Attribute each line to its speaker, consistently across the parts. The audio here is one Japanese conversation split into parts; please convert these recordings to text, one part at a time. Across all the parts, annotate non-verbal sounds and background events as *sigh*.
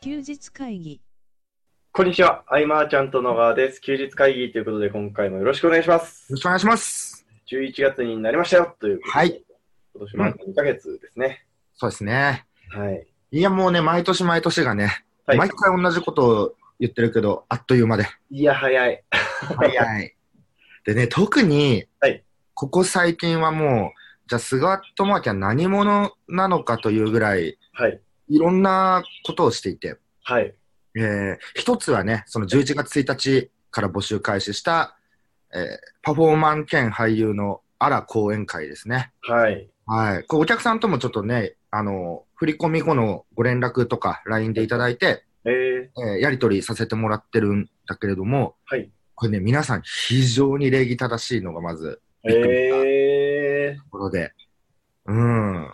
Speaker 1: 休日会議
Speaker 2: こんにちは、アイマーちゃんと野川です。休日会議ということで、今回もよろしくお願いします。
Speaker 3: よろしくお願いします。
Speaker 2: 11月になりましたよということで、
Speaker 3: はい、
Speaker 2: 今年もあと2ヶ月ですね。
Speaker 3: そうですね。
Speaker 2: はい。
Speaker 3: いや、もうね、毎年毎年がね、
Speaker 2: はい
Speaker 3: 毎回同じことを言ってるけど、あっという間で。
Speaker 2: いや、早い。
Speaker 3: 早い。でね、特に、
Speaker 2: はい
Speaker 3: ここ最近はもう、じゃあ、菅智明は何者なのかというぐらい、
Speaker 2: はい。
Speaker 3: いろんなことをしていて、
Speaker 2: はい。
Speaker 3: えー一つはね、その11月1日から募集開始した、えーパフォーマン兼俳優のアラ講演会ですね。
Speaker 2: はい。
Speaker 3: はい。これお客さんともちょっとね、あの、振り込み後のご連絡とか LINE でいただいて、
Speaker 2: えー、
Speaker 3: えーやり取りさせてもらってるんだけれども、
Speaker 2: はい。
Speaker 3: これね、皆さん非常に礼儀正しいのがまず、びっくりした
Speaker 2: え
Speaker 3: ところで。うん。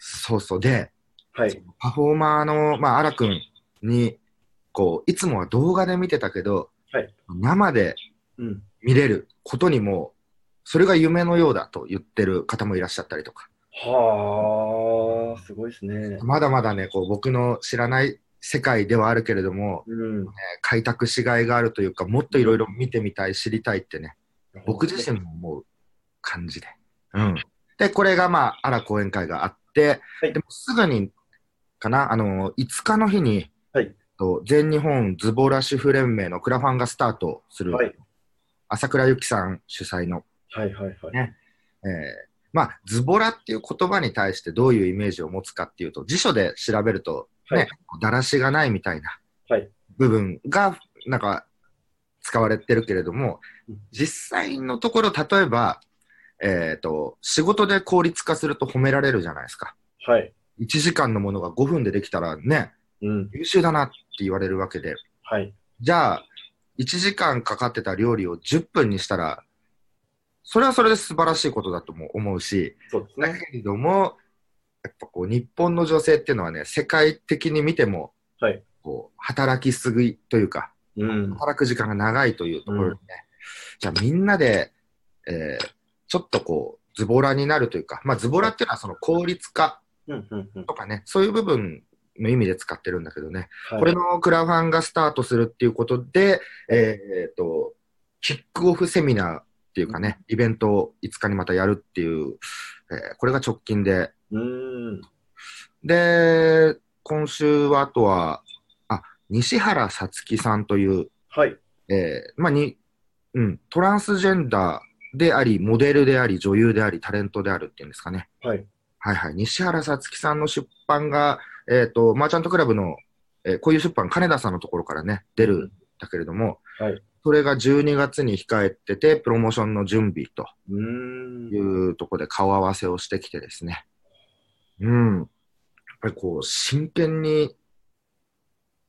Speaker 3: そうそう。で、
Speaker 2: ー、はい。
Speaker 3: パフォーマーの、まあ、荒くんに、こう、いつもは動画で見てたけど、
Speaker 2: はい
Speaker 3: 生で
Speaker 2: うん。
Speaker 3: 見れることにも、それが夢のようだと言ってる方もいらっしゃったりとか。
Speaker 2: はあ、すごいですね。
Speaker 3: まだまだね、こう僕の知らない世界ではあるけれども、
Speaker 2: うん。
Speaker 3: 開拓しがいがあるというか、もっといろいろ見てみたい、知りたいってね、僕自身も思う感じで。うん。で、これがまあ、荒講演会があって、
Speaker 2: はい
Speaker 3: でもすぐに、かな、あの、5日の日に、
Speaker 2: はい
Speaker 3: と全日本ズボラ主婦連盟のクラファンがスタートする、
Speaker 2: はい。
Speaker 3: 朝倉由紀さん主催の、
Speaker 2: はいはいはい。
Speaker 3: ねえーまあ、ズボラっていう言葉に対してどういうイメージを持つかっていうと、辞書で調べると、ね、
Speaker 2: はい
Speaker 3: だらしがないみたいな
Speaker 2: はい
Speaker 3: 部分が、なんか、使われてるけれども
Speaker 2: うん、
Speaker 3: 実際のところ、例えば、えっ、と、仕事で効率化すると褒められるじゃないですか。
Speaker 2: はい。
Speaker 3: 1時間のものが5分でできたらね、
Speaker 2: うん。
Speaker 3: 優秀だなって言われるわけで、
Speaker 2: はい。
Speaker 3: じゃあ、1時間かかってた料理を10分にしたら、それはそれで素晴らしいことだとも思うし、
Speaker 2: そうです
Speaker 3: だ
Speaker 2: ね。
Speaker 3: けれども、やっぱこう日本の女性っていうのはね、世界的に見ても、
Speaker 2: はい
Speaker 3: こう働きすぎというか、
Speaker 2: うん。
Speaker 3: 働く時間が長いというところでね、じゃあみんなで、えーちょっとこう、ズボラになるというか、まあ、ズボラっていうのはその効率化
Speaker 2: うんうんうん。
Speaker 3: とかね、そういう部分の意味で使ってるんだけどね、
Speaker 2: はい
Speaker 3: これのクラファンがスタートするっていうことで、えっと、キックオフセミナーっていうかね、イベントを5日にまたやるっていう、えーこれが直近で。
Speaker 2: うん。
Speaker 3: で、今週はあとは、あ、西原さつきさんという、
Speaker 2: はい。
Speaker 3: えーまあに、うん、トランスジェンダーであり、モデルであり、女優であり、タレントであるっていうんですかね。
Speaker 2: はい。
Speaker 3: はいはい。西原さつきさんの出版が、えっ、と、マーチャントクラブの、えーこういう出版、金田さんのところからね、出るんだけれども、
Speaker 2: はい
Speaker 3: それが12月に控えてて、プロモーションの準備と
Speaker 2: うん
Speaker 3: い。うところで顔合わせをしてきてですね。うん。やっぱりこう、真剣に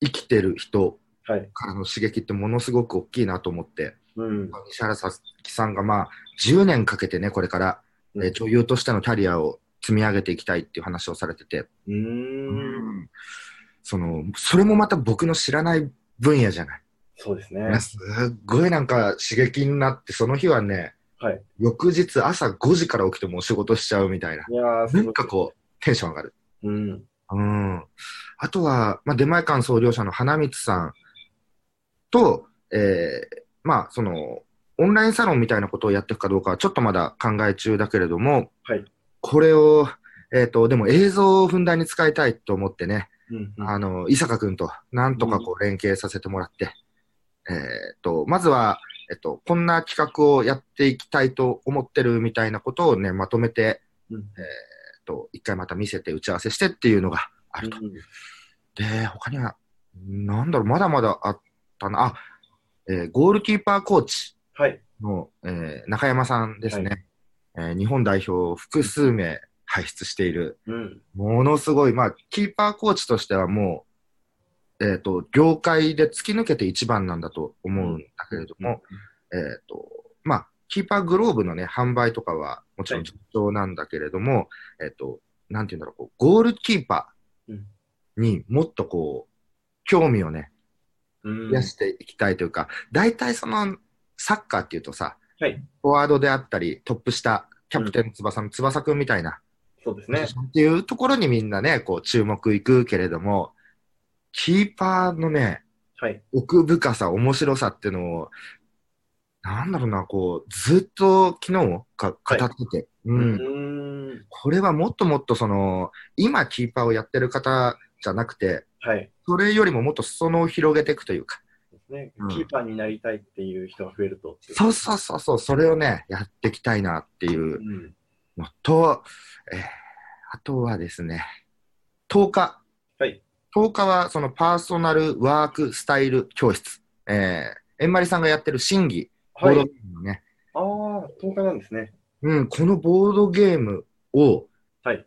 Speaker 3: 生きてる人
Speaker 2: はい。
Speaker 3: からの刺激ってものすごく大きいなと思って、
Speaker 2: うん。
Speaker 3: 西原さつきさんがまあ10年かけてね、これから、えー女優としてのキャリアを積み上げていきたいっていう話をされてて、
Speaker 2: うーん。
Speaker 3: その、それもまた僕の知らない分野じゃない。
Speaker 2: そうですね。
Speaker 3: いやすっごいなんか刺激になって、その日はね、
Speaker 2: はい。
Speaker 3: 翌日朝5時から起きてもう仕事しちゃうみたいな。
Speaker 2: いやー、す
Speaker 3: な
Speaker 2: ごい
Speaker 3: んかこう、テンション上がる。
Speaker 2: うん。
Speaker 3: うん。あとは、まあ、出前館創業者の花光さんと、えーまあ、その、オンラインサロンみたいなことをやっていくかどうかはちょっとまだ考え中だけれども、
Speaker 2: はい
Speaker 3: これを、えっ、と、でも映像をふんだんに使いたいと思ってね、
Speaker 2: うん。
Speaker 3: あの、伊坂くんとなんとかこう連携させてもらって、えーっと、まずは、えっと、こんな企画をやっていきたいと思ってるみたいなことをね、まとめて、
Speaker 2: うん
Speaker 3: えっと、一回また見せて打ち合わせしてっていうのがあると。
Speaker 2: うん
Speaker 3: で、他には、なんだろう、まだまだあったな。あ、えーゴールキーパーコーチ
Speaker 2: はい。
Speaker 3: の、えー中山さんですね。えー日本代表を複数名輩出している
Speaker 2: うん。
Speaker 3: ものすごい、まあ、キーパーコーチとしてはもう、えっ、と、業界で突き抜けて一番なんだと思うんだけれども、えっ、と、まあ、キーパーグローブのね、販売とかはもちろ
Speaker 2: は
Speaker 3: ん
Speaker 2: い
Speaker 3: 順調なんだけれども、えっ、と、なんて言うんだろう、こうゴールキーパーにもっとこう、興味をね、
Speaker 2: うん
Speaker 3: 増やしていきたいというか、大体その、サッカーっていうとさ、
Speaker 2: はい。
Speaker 3: フォワードであったり、トップ下、キャプテンの翼の翼くんみたいな、
Speaker 2: そうですね。
Speaker 3: っていうところにみんなね、こう注目いくけれども、キーパーのね、
Speaker 2: はい。
Speaker 3: 奥深さ、面白さっていうのを、なんだろうな、こう、ずっと昨日か
Speaker 2: はい
Speaker 3: 語ってて、
Speaker 2: う
Speaker 3: うん、
Speaker 2: ーん。
Speaker 3: これはもっともっとその、今キーパーをやってる方じゃなくて、
Speaker 2: はい。
Speaker 3: それよりももっと裾野を広げていくというか、
Speaker 2: ね
Speaker 3: うん、
Speaker 2: キーパーになりたいっていう人が増えると。
Speaker 3: そうそうそうそう、それをね、やっていきたいなってい
Speaker 2: う
Speaker 3: う
Speaker 2: ん。
Speaker 3: のと、えーあとはですね、10日。
Speaker 2: はい
Speaker 3: 10日は、そのパーソナルワークスタイル教室。えー、えんまりさんがやってる審議、ボ
Speaker 2: はい
Speaker 3: ード。ゲームのね、
Speaker 2: ああ、10日なんですね。
Speaker 3: うん、このボードゲームを、
Speaker 2: はい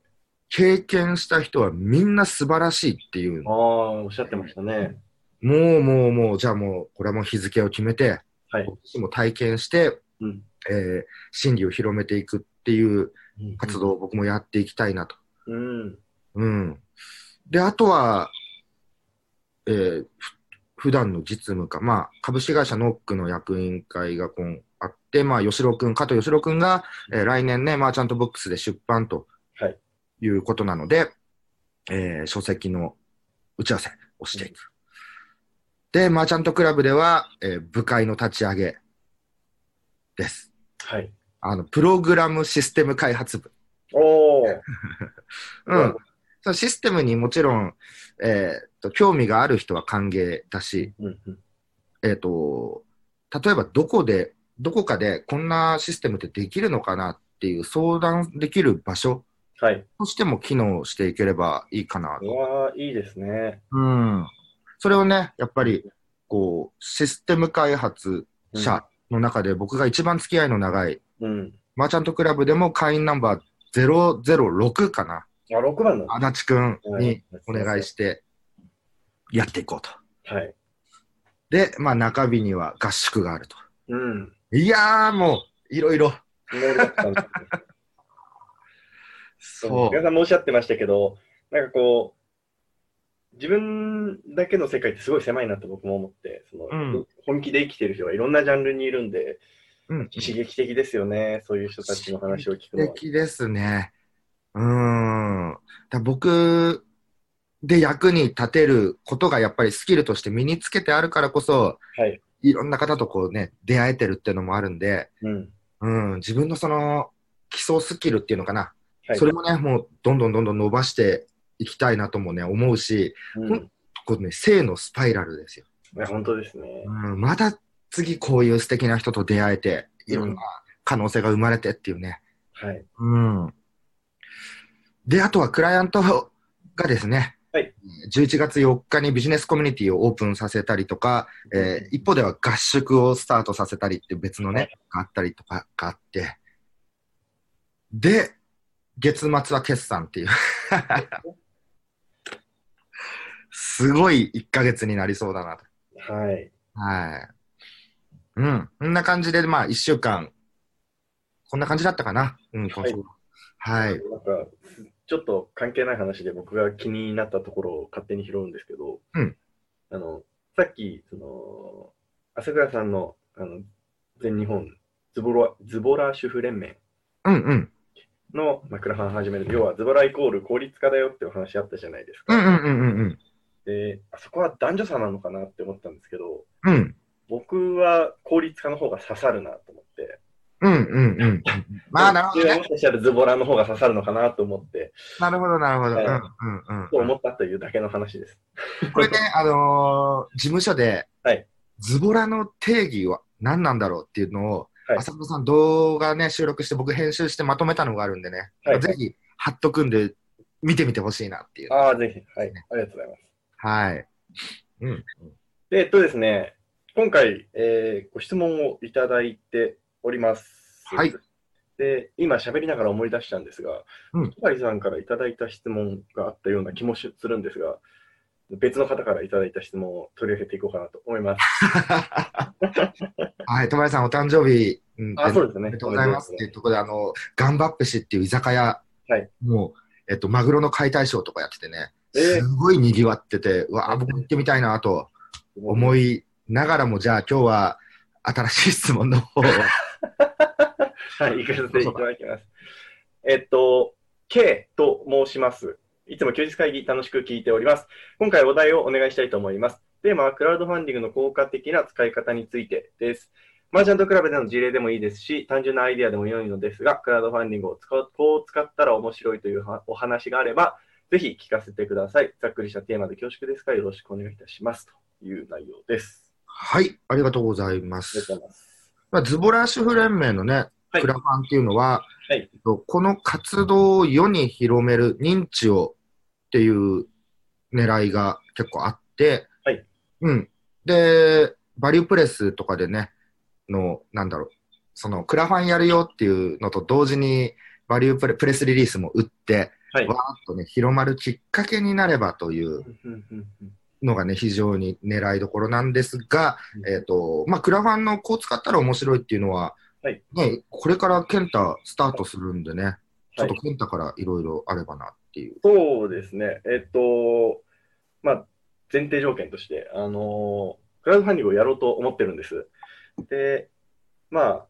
Speaker 3: 経験した人はみんな素晴らしいっていう
Speaker 2: あ。あ、おっしゃってましたね。
Speaker 3: もうもうもう、じゃあもう、これはもう日付を決めて、
Speaker 2: はい
Speaker 3: 僕自身も体験して、
Speaker 2: うん。
Speaker 3: えー、審議を広めていくっていう活動を
Speaker 2: 動。
Speaker 3: 僕もやっていきたいなと。
Speaker 2: うん。
Speaker 3: うん。で、あとは、えー、ふ普段の実務か、まあ、株式会社ノックの役員会が今あって、まあ、吉郎くん、加藤吉郎くんが、えー来年ね、マーチャントボックスで出版と
Speaker 2: はい
Speaker 3: いうことなので、えー書籍の打ち合わせをしていく。で、マーチャントクラブでは、えー部会の立ち上げです。 *laughs*
Speaker 2: はい。
Speaker 3: あの、プログラムシステム開発部。
Speaker 2: おお。
Speaker 3: うん。そのシステムにもちろん、えーっと、興味がある人は歓迎だし、
Speaker 2: うんうん。
Speaker 3: えーっと、例えばどこで、どこかでこんなシステムってできるのかなっていう相談できる場所
Speaker 2: はい。
Speaker 3: としても機能していければいいかな
Speaker 2: う。わあ、いいですね。
Speaker 3: うん。それをね、やっぱり、こう、システム開発
Speaker 2: うん
Speaker 3: 者の中で僕が一番付き合いの長い、
Speaker 2: うん。
Speaker 3: マーチャントクラブでも会員ナンバー006かな。
Speaker 2: あ、6番なんだ。
Speaker 3: 足立くんにお
Speaker 2: はい
Speaker 3: 願いしてやっていこうと。
Speaker 2: はい。
Speaker 3: で、まあ、中日には合宿があると。
Speaker 2: うん。
Speaker 3: いやー、もう、いろいろ。
Speaker 2: 盛りだったんですね
Speaker 3: そ
Speaker 2: 皆さんもおっしゃってましたけど、なんかこう、自分だけの世界ってすごい狭いなと僕も思って、その
Speaker 3: うん
Speaker 2: 本気で生きてる人がいろんなジャンルにいるんで、
Speaker 3: う。うん。
Speaker 2: 刺激的ですよね、そういう人たちの話を聞くの
Speaker 3: 素
Speaker 2: は。
Speaker 3: 敵ですね。うーん。だ僕で役に立てることがやっぱりスキルとして身につけてあるからこそ、
Speaker 2: はい。
Speaker 3: いろんな方とこうね、出会えてるっていうのもあるんで、
Speaker 2: うん。
Speaker 3: うん、自分のその基礎スキルっていうのかな。
Speaker 2: はい。
Speaker 3: それもね、もうどんどんどんどん伸ばしていきたいなともね、思うし、
Speaker 2: うん、
Speaker 3: こうね、性のスパイラルですよ。
Speaker 2: いや本当ですね
Speaker 3: う。ん、また次こういう素敵な人と出会えて、いろんな可能性が生まれてっていうね。
Speaker 2: はい。
Speaker 3: うん。で、あとはクライアントがですね、
Speaker 2: はい
Speaker 3: 11月4日にビジネスコミュニティをオープンさせたりとか、えー一方では合宿をスタートさせたりって別のね、
Speaker 2: はい
Speaker 3: があったりとかがあって、で、月末は決算っていう。 *laughs* すごい1ヶ月になりそうだなと。
Speaker 2: はい。
Speaker 3: はい。うん。こんな感じで、まあ、1週間、こんな感じだったかな。うん、今週は。はい。
Speaker 2: なんか、ちょっと関係ない話で僕が気になったところを勝手に拾うんですけど、
Speaker 3: うん
Speaker 2: あの、さっき、その、朝倉さんの、あの、全日本ズボラ、ズボラ主婦連盟
Speaker 3: うんうん。
Speaker 2: の枕班始める。要はズボライコール効率化だよってお話あったじゃないです
Speaker 3: う
Speaker 2: か。
Speaker 3: んうんうんうん
Speaker 2: で、あそこは男女差なのかなって思ったんですけど、
Speaker 3: うん。うん。
Speaker 2: 僕は効率化の方が刺さるなと思って。
Speaker 3: うんうんうん。まあ、なるほど
Speaker 2: で
Speaker 3: ね。
Speaker 2: もしかしたらズボラの方が刺さるのかなと思って、
Speaker 3: なるほど、なるほど。う
Speaker 2: はい
Speaker 3: ん
Speaker 2: そう
Speaker 3: うんう
Speaker 2: 思ったというだけの話です。
Speaker 3: ん。これね、あのー事務所で、
Speaker 2: はい
Speaker 3: ズボラの定義は何なんだろうっていうのを、
Speaker 2: はい
Speaker 3: 浅野さん動画ね、収録して、僕編集してまとめたのがあるんでね、
Speaker 2: はい
Speaker 3: ぜひ貼っとくんで、見てみてほしいなっていう。
Speaker 2: ああ、ぜひ。はい。ありがとうございます。
Speaker 3: はい。うん。
Speaker 2: で、えっとですね、今回、えーご質問をいただいております。
Speaker 3: はい。
Speaker 2: で、今喋りながら思い出したんですが、
Speaker 3: うん
Speaker 2: 小針さんからいただいた質問があったような気もしするんですが、別の方からいただいた質問を取り上げていこうかなと思います。
Speaker 3: *laughs* はい、とまりさん、お誕生日、うん、
Speaker 2: あ、そう
Speaker 3: で
Speaker 2: です
Speaker 3: お
Speaker 2: ね。
Speaker 3: めでとうございますっていうところで、あの、ガンバップシっていう居酒屋、
Speaker 2: はい
Speaker 3: もう、えっと、マグロの解体ショーとかやっててね、
Speaker 2: えー
Speaker 3: すごい賑わってて、うわあ、僕行ってみたいなと思
Speaker 2: い。
Speaker 3: いながらも、じゃあ今日は新しい質問
Speaker 2: *laughs*
Speaker 3: の方を、
Speaker 2: はい、行かせていただきます。えっと、K と申します。いつも休日会議楽しく聞いております。今回お題をお願いしたいと思います。テーマはクラウドファンディングの効果的な使い方についてです。マージャントクラブでの事例でもいいですし、単純なアイデアでも良いのですが、クラウドファンディングを使う、こう使ったら面白いというはお話があれば、ぜひ聞かせてください。ざっくりしたテーマで恐縮ですが、よろしくお願いいたします。という内容です。
Speaker 3: はい、ありがとうございま
Speaker 2: ありがと
Speaker 3: す。
Speaker 2: うございます。
Speaker 3: まあ、ズボラ主婦連盟のね、
Speaker 2: はい
Speaker 3: クラファンっていうのは、
Speaker 2: はい
Speaker 3: えっとこの活動を世に広める認知をっていう狙いが結構あって、
Speaker 2: はい
Speaker 3: うん、で、バリュープレスとかでね、の、なんだろう、そのクラファンやるよっていうのと同時に、バリュープレプレスリリースも打って、
Speaker 2: はい
Speaker 3: わーっとね、広まるきっかけになればという
Speaker 2: うんうんうんうん
Speaker 3: のがね、非常に狙いどころなんですが、
Speaker 2: うん
Speaker 3: えっ、と、まあ、クラファンのこう使ったら面白いっていうのは、
Speaker 2: はい
Speaker 3: ね、これから健太スタートするんでね、ちょっと
Speaker 2: はい
Speaker 3: 健太からいろいろあればなっていう。
Speaker 2: そうですね。えっと、まあ、前提条件として、あのクラウドファンディングをやろうと思ってるんです。で、まあ、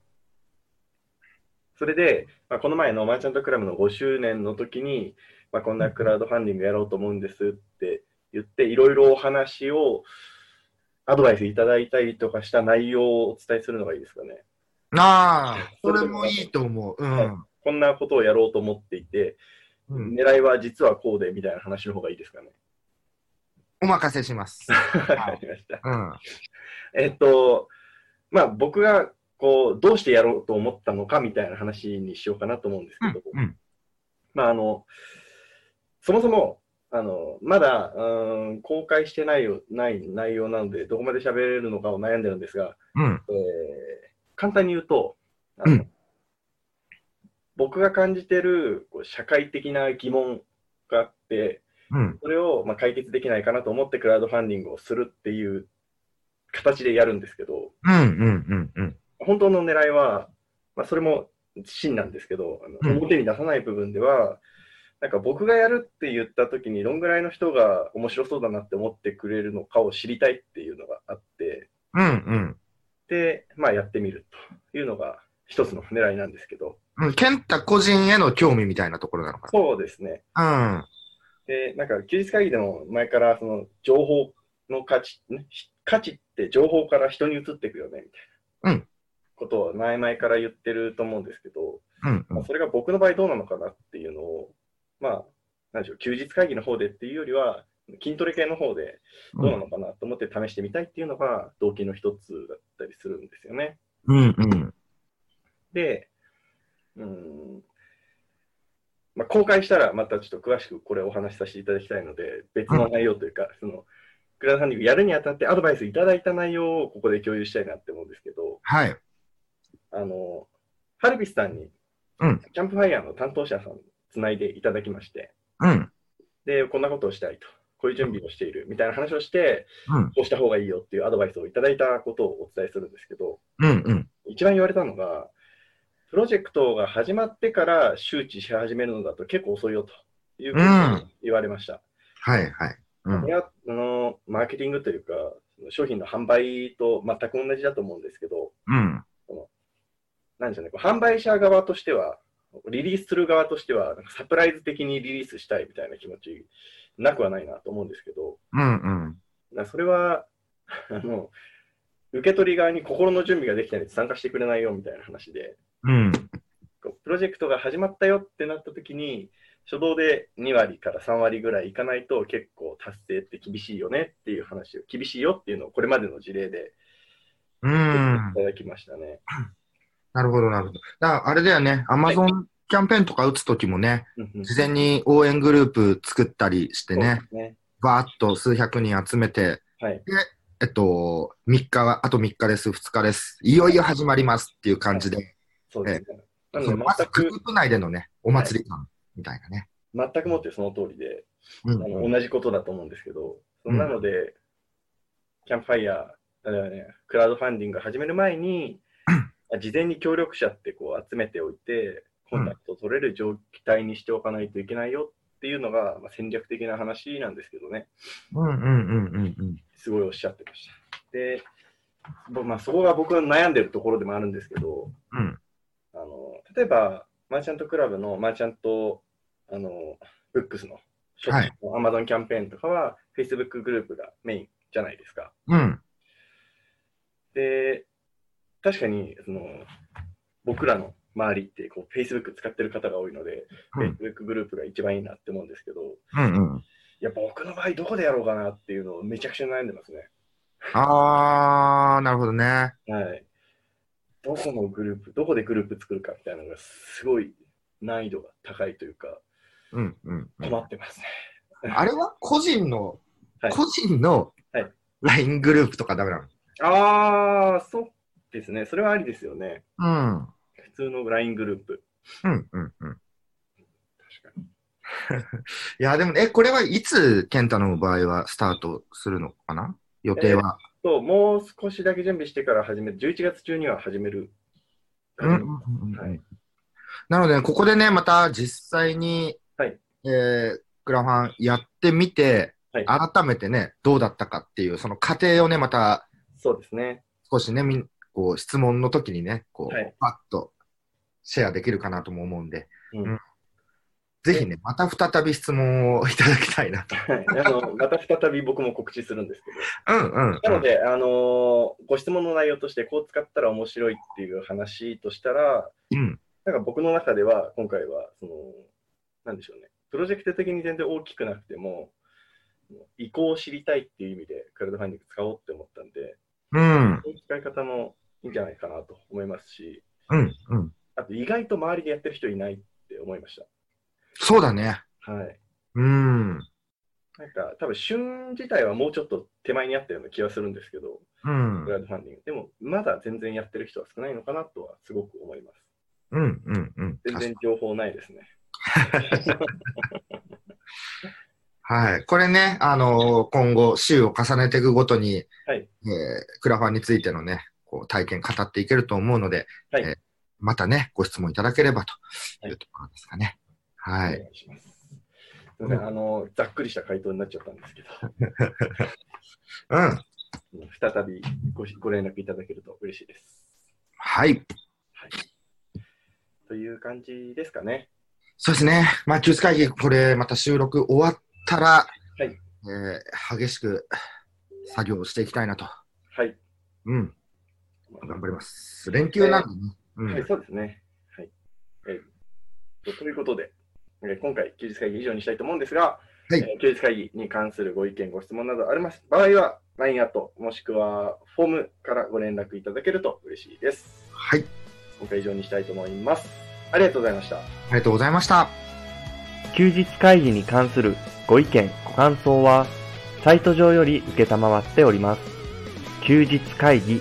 Speaker 2: それで、まあ、この前のマーチャントクラブの5周年の時に、まあ、こんなクラウドファンディングやろうと思うんですって言って、いろいろお話を、アドバイスいただいたりとかした内容をお伝えするのがいいですかね。
Speaker 3: なあ、それもいいと思う。うん。
Speaker 2: はいこんなことをやろうと思っていて、
Speaker 3: うん、
Speaker 2: 狙いは実はこうでみたいな話の方がいいですかね。
Speaker 3: お任せし
Speaker 2: *laughs*
Speaker 3: ます。
Speaker 2: わかりました。
Speaker 3: うん。
Speaker 2: えっと、まあ僕がこうどうしてやろうと思ったのかみたいな話にしようかなと思うんです
Speaker 3: う
Speaker 2: けど、。
Speaker 3: んうん
Speaker 2: まああの、そもそも、あの、まだ、うーん、公開してないよ、ない内容なので、どこまで喋れるのかを悩んでるんですが、
Speaker 3: うん。
Speaker 2: えー簡単に言うと、あの
Speaker 3: うん
Speaker 2: 僕が感じてるこう社会的な疑問があって、
Speaker 3: うん。
Speaker 2: それをまあ解決できないかなと思ってクラウドファンディングをするっていう形でやるんですけど、
Speaker 3: うん。うん。うん。うん。
Speaker 2: 本当の狙いは、まあ、それも真なんですけど、あの
Speaker 3: うん
Speaker 2: 表に出さない部分では、なんか僕がやるって言った時にどんぐらいの人が面白そうだなって思ってくれるのかを知りたいっていうのがあって、
Speaker 3: うん。うん。
Speaker 2: で、まあやってみるというのが一つの狙いなんですけど、
Speaker 3: うん。健太個人への興味みたいなところなのか
Speaker 2: そうですね。
Speaker 3: な。うん。
Speaker 2: で、なんか休日会議でも前からその情報の価値、ね価値って情報から人に移っていくよね、みたいな
Speaker 3: うん
Speaker 2: ことを前々から言ってると思うんですけど、
Speaker 3: うん。う
Speaker 2: まあ
Speaker 3: ん。
Speaker 2: それが僕の場合どうなのかなっていうのを、まあ、なんでしょう、休日会議の方でっていうよりは、筋トレ系の方でどうなのかなと思って試してみたいっていうのが動機の一つだったりするんですよね。
Speaker 3: うん。うん。
Speaker 2: で、うーん、まあ、公開したらまたちょっと詳しくこれお話しさせていただきたいので、別の内容というか、その、クラウドファンディングやるにあたってアドバイスいただいた内容をここで共有したいなって思うんですけど、
Speaker 3: はい。
Speaker 2: あの、ハルビスさんに、
Speaker 3: うん
Speaker 2: キャンプファイヤーの担当者さんつないでいただきまして、
Speaker 3: うん。
Speaker 2: で、こんなことをしたいと、こういう準備をしているみたいな話をして、
Speaker 3: うん。
Speaker 2: こうした方がいいよっていうアドバイスをいただいたことをお伝えするんですけど、
Speaker 3: うん。うん。
Speaker 2: 一番言われたのが、プロジェクトが始まってから周知し始めるのだと結構遅いよということを言われました。
Speaker 3: はい。はい。うん
Speaker 2: こ。れはあのマーケティングというか、商品の販売と全く同じだと思うんですけど、
Speaker 3: うん。
Speaker 2: なんでしょうね、こう販売者側としては、リリースする側としては、なんかサプライズ的にリリースしたいみたいな気持ち、なくはないなと思うんですけど、
Speaker 3: うんうん。
Speaker 2: なそれは *laughs* あの受け取り側に心の準備ができてないと参加してくれないよみたいな話で
Speaker 3: うん。
Speaker 2: こうプロジェクトが始まったよってなった時に初動で2割から3割ぐらいいかないと結構達成って厳しいよねっていう話を厳しいよっていうのをこれまでの事例で
Speaker 3: う
Speaker 2: い
Speaker 3: ん。
Speaker 2: ただきましたね。
Speaker 3: なるほど、なるほど。だからあれだよね、アマゾンキャンペーンとか打つときもね、
Speaker 2: うんうん
Speaker 3: 事前に応援グループ作ったりしてね
Speaker 2: そう、ですね
Speaker 3: バーっと数百人集めて、
Speaker 2: はい
Speaker 3: で、えっと、3日は、あと3日です、2日です、いよいよ始まりますっていう感じで、
Speaker 2: そうですねなの
Speaker 3: そ
Speaker 2: で
Speaker 3: のまず
Speaker 2: 全
Speaker 3: グル
Speaker 2: く
Speaker 3: ープ内でのね、お祭り感みたいなね。
Speaker 2: 全くもってその通りで、
Speaker 3: うん
Speaker 2: あ
Speaker 3: う
Speaker 2: の
Speaker 3: ん
Speaker 2: 同じことだと思うんですけど、
Speaker 3: うん
Speaker 2: なので、キャンプファイヤー、あれはね、クラウドファンディング始める前
Speaker 3: *clears throat*
Speaker 2: に、あ事前に協力者ってこう集めておいて、コンタクト取れる状態にしておかないといけないよっていうのが、まあ、戦略的な話なんですけどね、
Speaker 3: うんうんうんうん
Speaker 2: すごいおっしゃってました。で、ぼまあ、そこが僕の悩んでるところでもあるんですけど、
Speaker 3: うん。
Speaker 2: あの例えば、マーチャントクラブのマーチャントあのブックスのショップの Amazon キャンペーンとかは、Facebook グループがメインじゃないですか。
Speaker 3: うん。
Speaker 2: で、確かに、その、僕らの周りって、こう、Facebook 使ってる方が多いので、
Speaker 3: うん
Speaker 2: Facebook グループが一番いいなって思うんですけど、
Speaker 3: うんうん。
Speaker 2: いや、僕の場合どこでやろうかなっていうのをめちゃくちゃ悩んでますね。
Speaker 3: あー、なるほどね。
Speaker 2: はい。どこのグループ、どこでグループ作るかみたいなのがすごい難易度が高いというか、
Speaker 3: うんうん、うん。
Speaker 2: 困ってますね。
Speaker 3: *laughs* あれは個人の、
Speaker 2: はい
Speaker 3: 個人の
Speaker 2: はい
Speaker 3: LINE グループとかダメなの
Speaker 2: ああ、そうですね。それはありですよね。
Speaker 3: うん。
Speaker 2: 普通の LINE グループ。
Speaker 3: うんうんうん。
Speaker 2: 確かに。
Speaker 3: *laughs* いや、でも、え、これはいつ、健太の場合はスタートするのかな予定は。
Speaker 2: と、もう少しだけ準備してから始める。11月中には始める。
Speaker 3: うんうんうん
Speaker 2: はい。
Speaker 3: なので、ここでね、また実際に、
Speaker 2: はい
Speaker 3: えークラファンやってみて、
Speaker 2: はい
Speaker 3: 改めてね、どうだったかっていう、その過程をね、また
Speaker 2: そうですね。
Speaker 3: 少しね、みんこう質問の時にね、こう、
Speaker 2: はい
Speaker 3: パッとシェアできるかなとも思うんで、
Speaker 2: うん
Speaker 3: うんぜひね、また再び質問をいただきたいなと。
Speaker 2: はい。あの、 *laughs* また再び僕も告知するんですけど。
Speaker 3: うんうん、
Speaker 2: なので、あのーご質問の内容として、こう使ったら面白いっていう話としたら、
Speaker 3: うん。
Speaker 2: なんか僕の中では、今回は、その、なんでしょうね、プロジェクト的に全然大きくなくても、意向を知りたいっていう意味で、クラウドファンディング使おうって思ったんで、
Speaker 3: うん。
Speaker 2: そういう使い方もいいんじゃないかなと思いますし、
Speaker 3: うん。うん。
Speaker 2: あと意外と周りでやってる人いないって思いまし
Speaker 3: そうだね。
Speaker 2: た。はい。
Speaker 3: う
Speaker 2: な
Speaker 3: ん。
Speaker 2: んか、多分旬自体はもうちょっと手前にあったような気はするんですけど、
Speaker 3: うん
Speaker 2: ク。ラウドファンディング。でも、まだ全然やってる人は少ないのかなとはすごく思います。
Speaker 3: うんうんうん。
Speaker 2: 全
Speaker 3: 確
Speaker 2: 然情報ないですね。
Speaker 3: かはい。これね、あのー今後、週を重ねていくごとに、
Speaker 2: はい
Speaker 3: えークラファンについてのね、こう体験語っていけると思うので、
Speaker 2: はい
Speaker 3: えーまたね、ご質問いただければと
Speaker 2: はい
Speaker 3: いうところですかね。はい。
Speaker 2: お願いします。すみません、あの、ざっくりした回答になっちゃったんですけど、
Speaker 3: うん。
Speaker 2: 再びごご連絡いただけると嬉しいです。
Speaker 3: はい。
Speaker 2: という感じですかね。
Speaker 3: そうですね。まあ、休日会議、これ、また収録終わったら、
Speaker 2: い
Speaker 3: えー激しく作業をしていきたいなと。
Speaker 2: はい。
Speaker 3: うん。頑張ります。連休なんでね。うん
Speaker 2: はい、そうですね。はい。えーということで、えー今回、休日会議以上にしたいと思うんですが、
Speaker 3: はい
Speaker 2: えー休日会議に関するご意見、ご質問などあります場合は、LINE アット、もしくはフォームからご連絡いただけると嬉しいです。
Speaker 3: はい。
Speaker 2: 今回以上にしたいと思います。ありがとうございました。
Speaker 3: ありがとうございました。
Speaker 1: 休日会議に関するご意見、ご感想は、サイト上より受けたまわっております。休日会議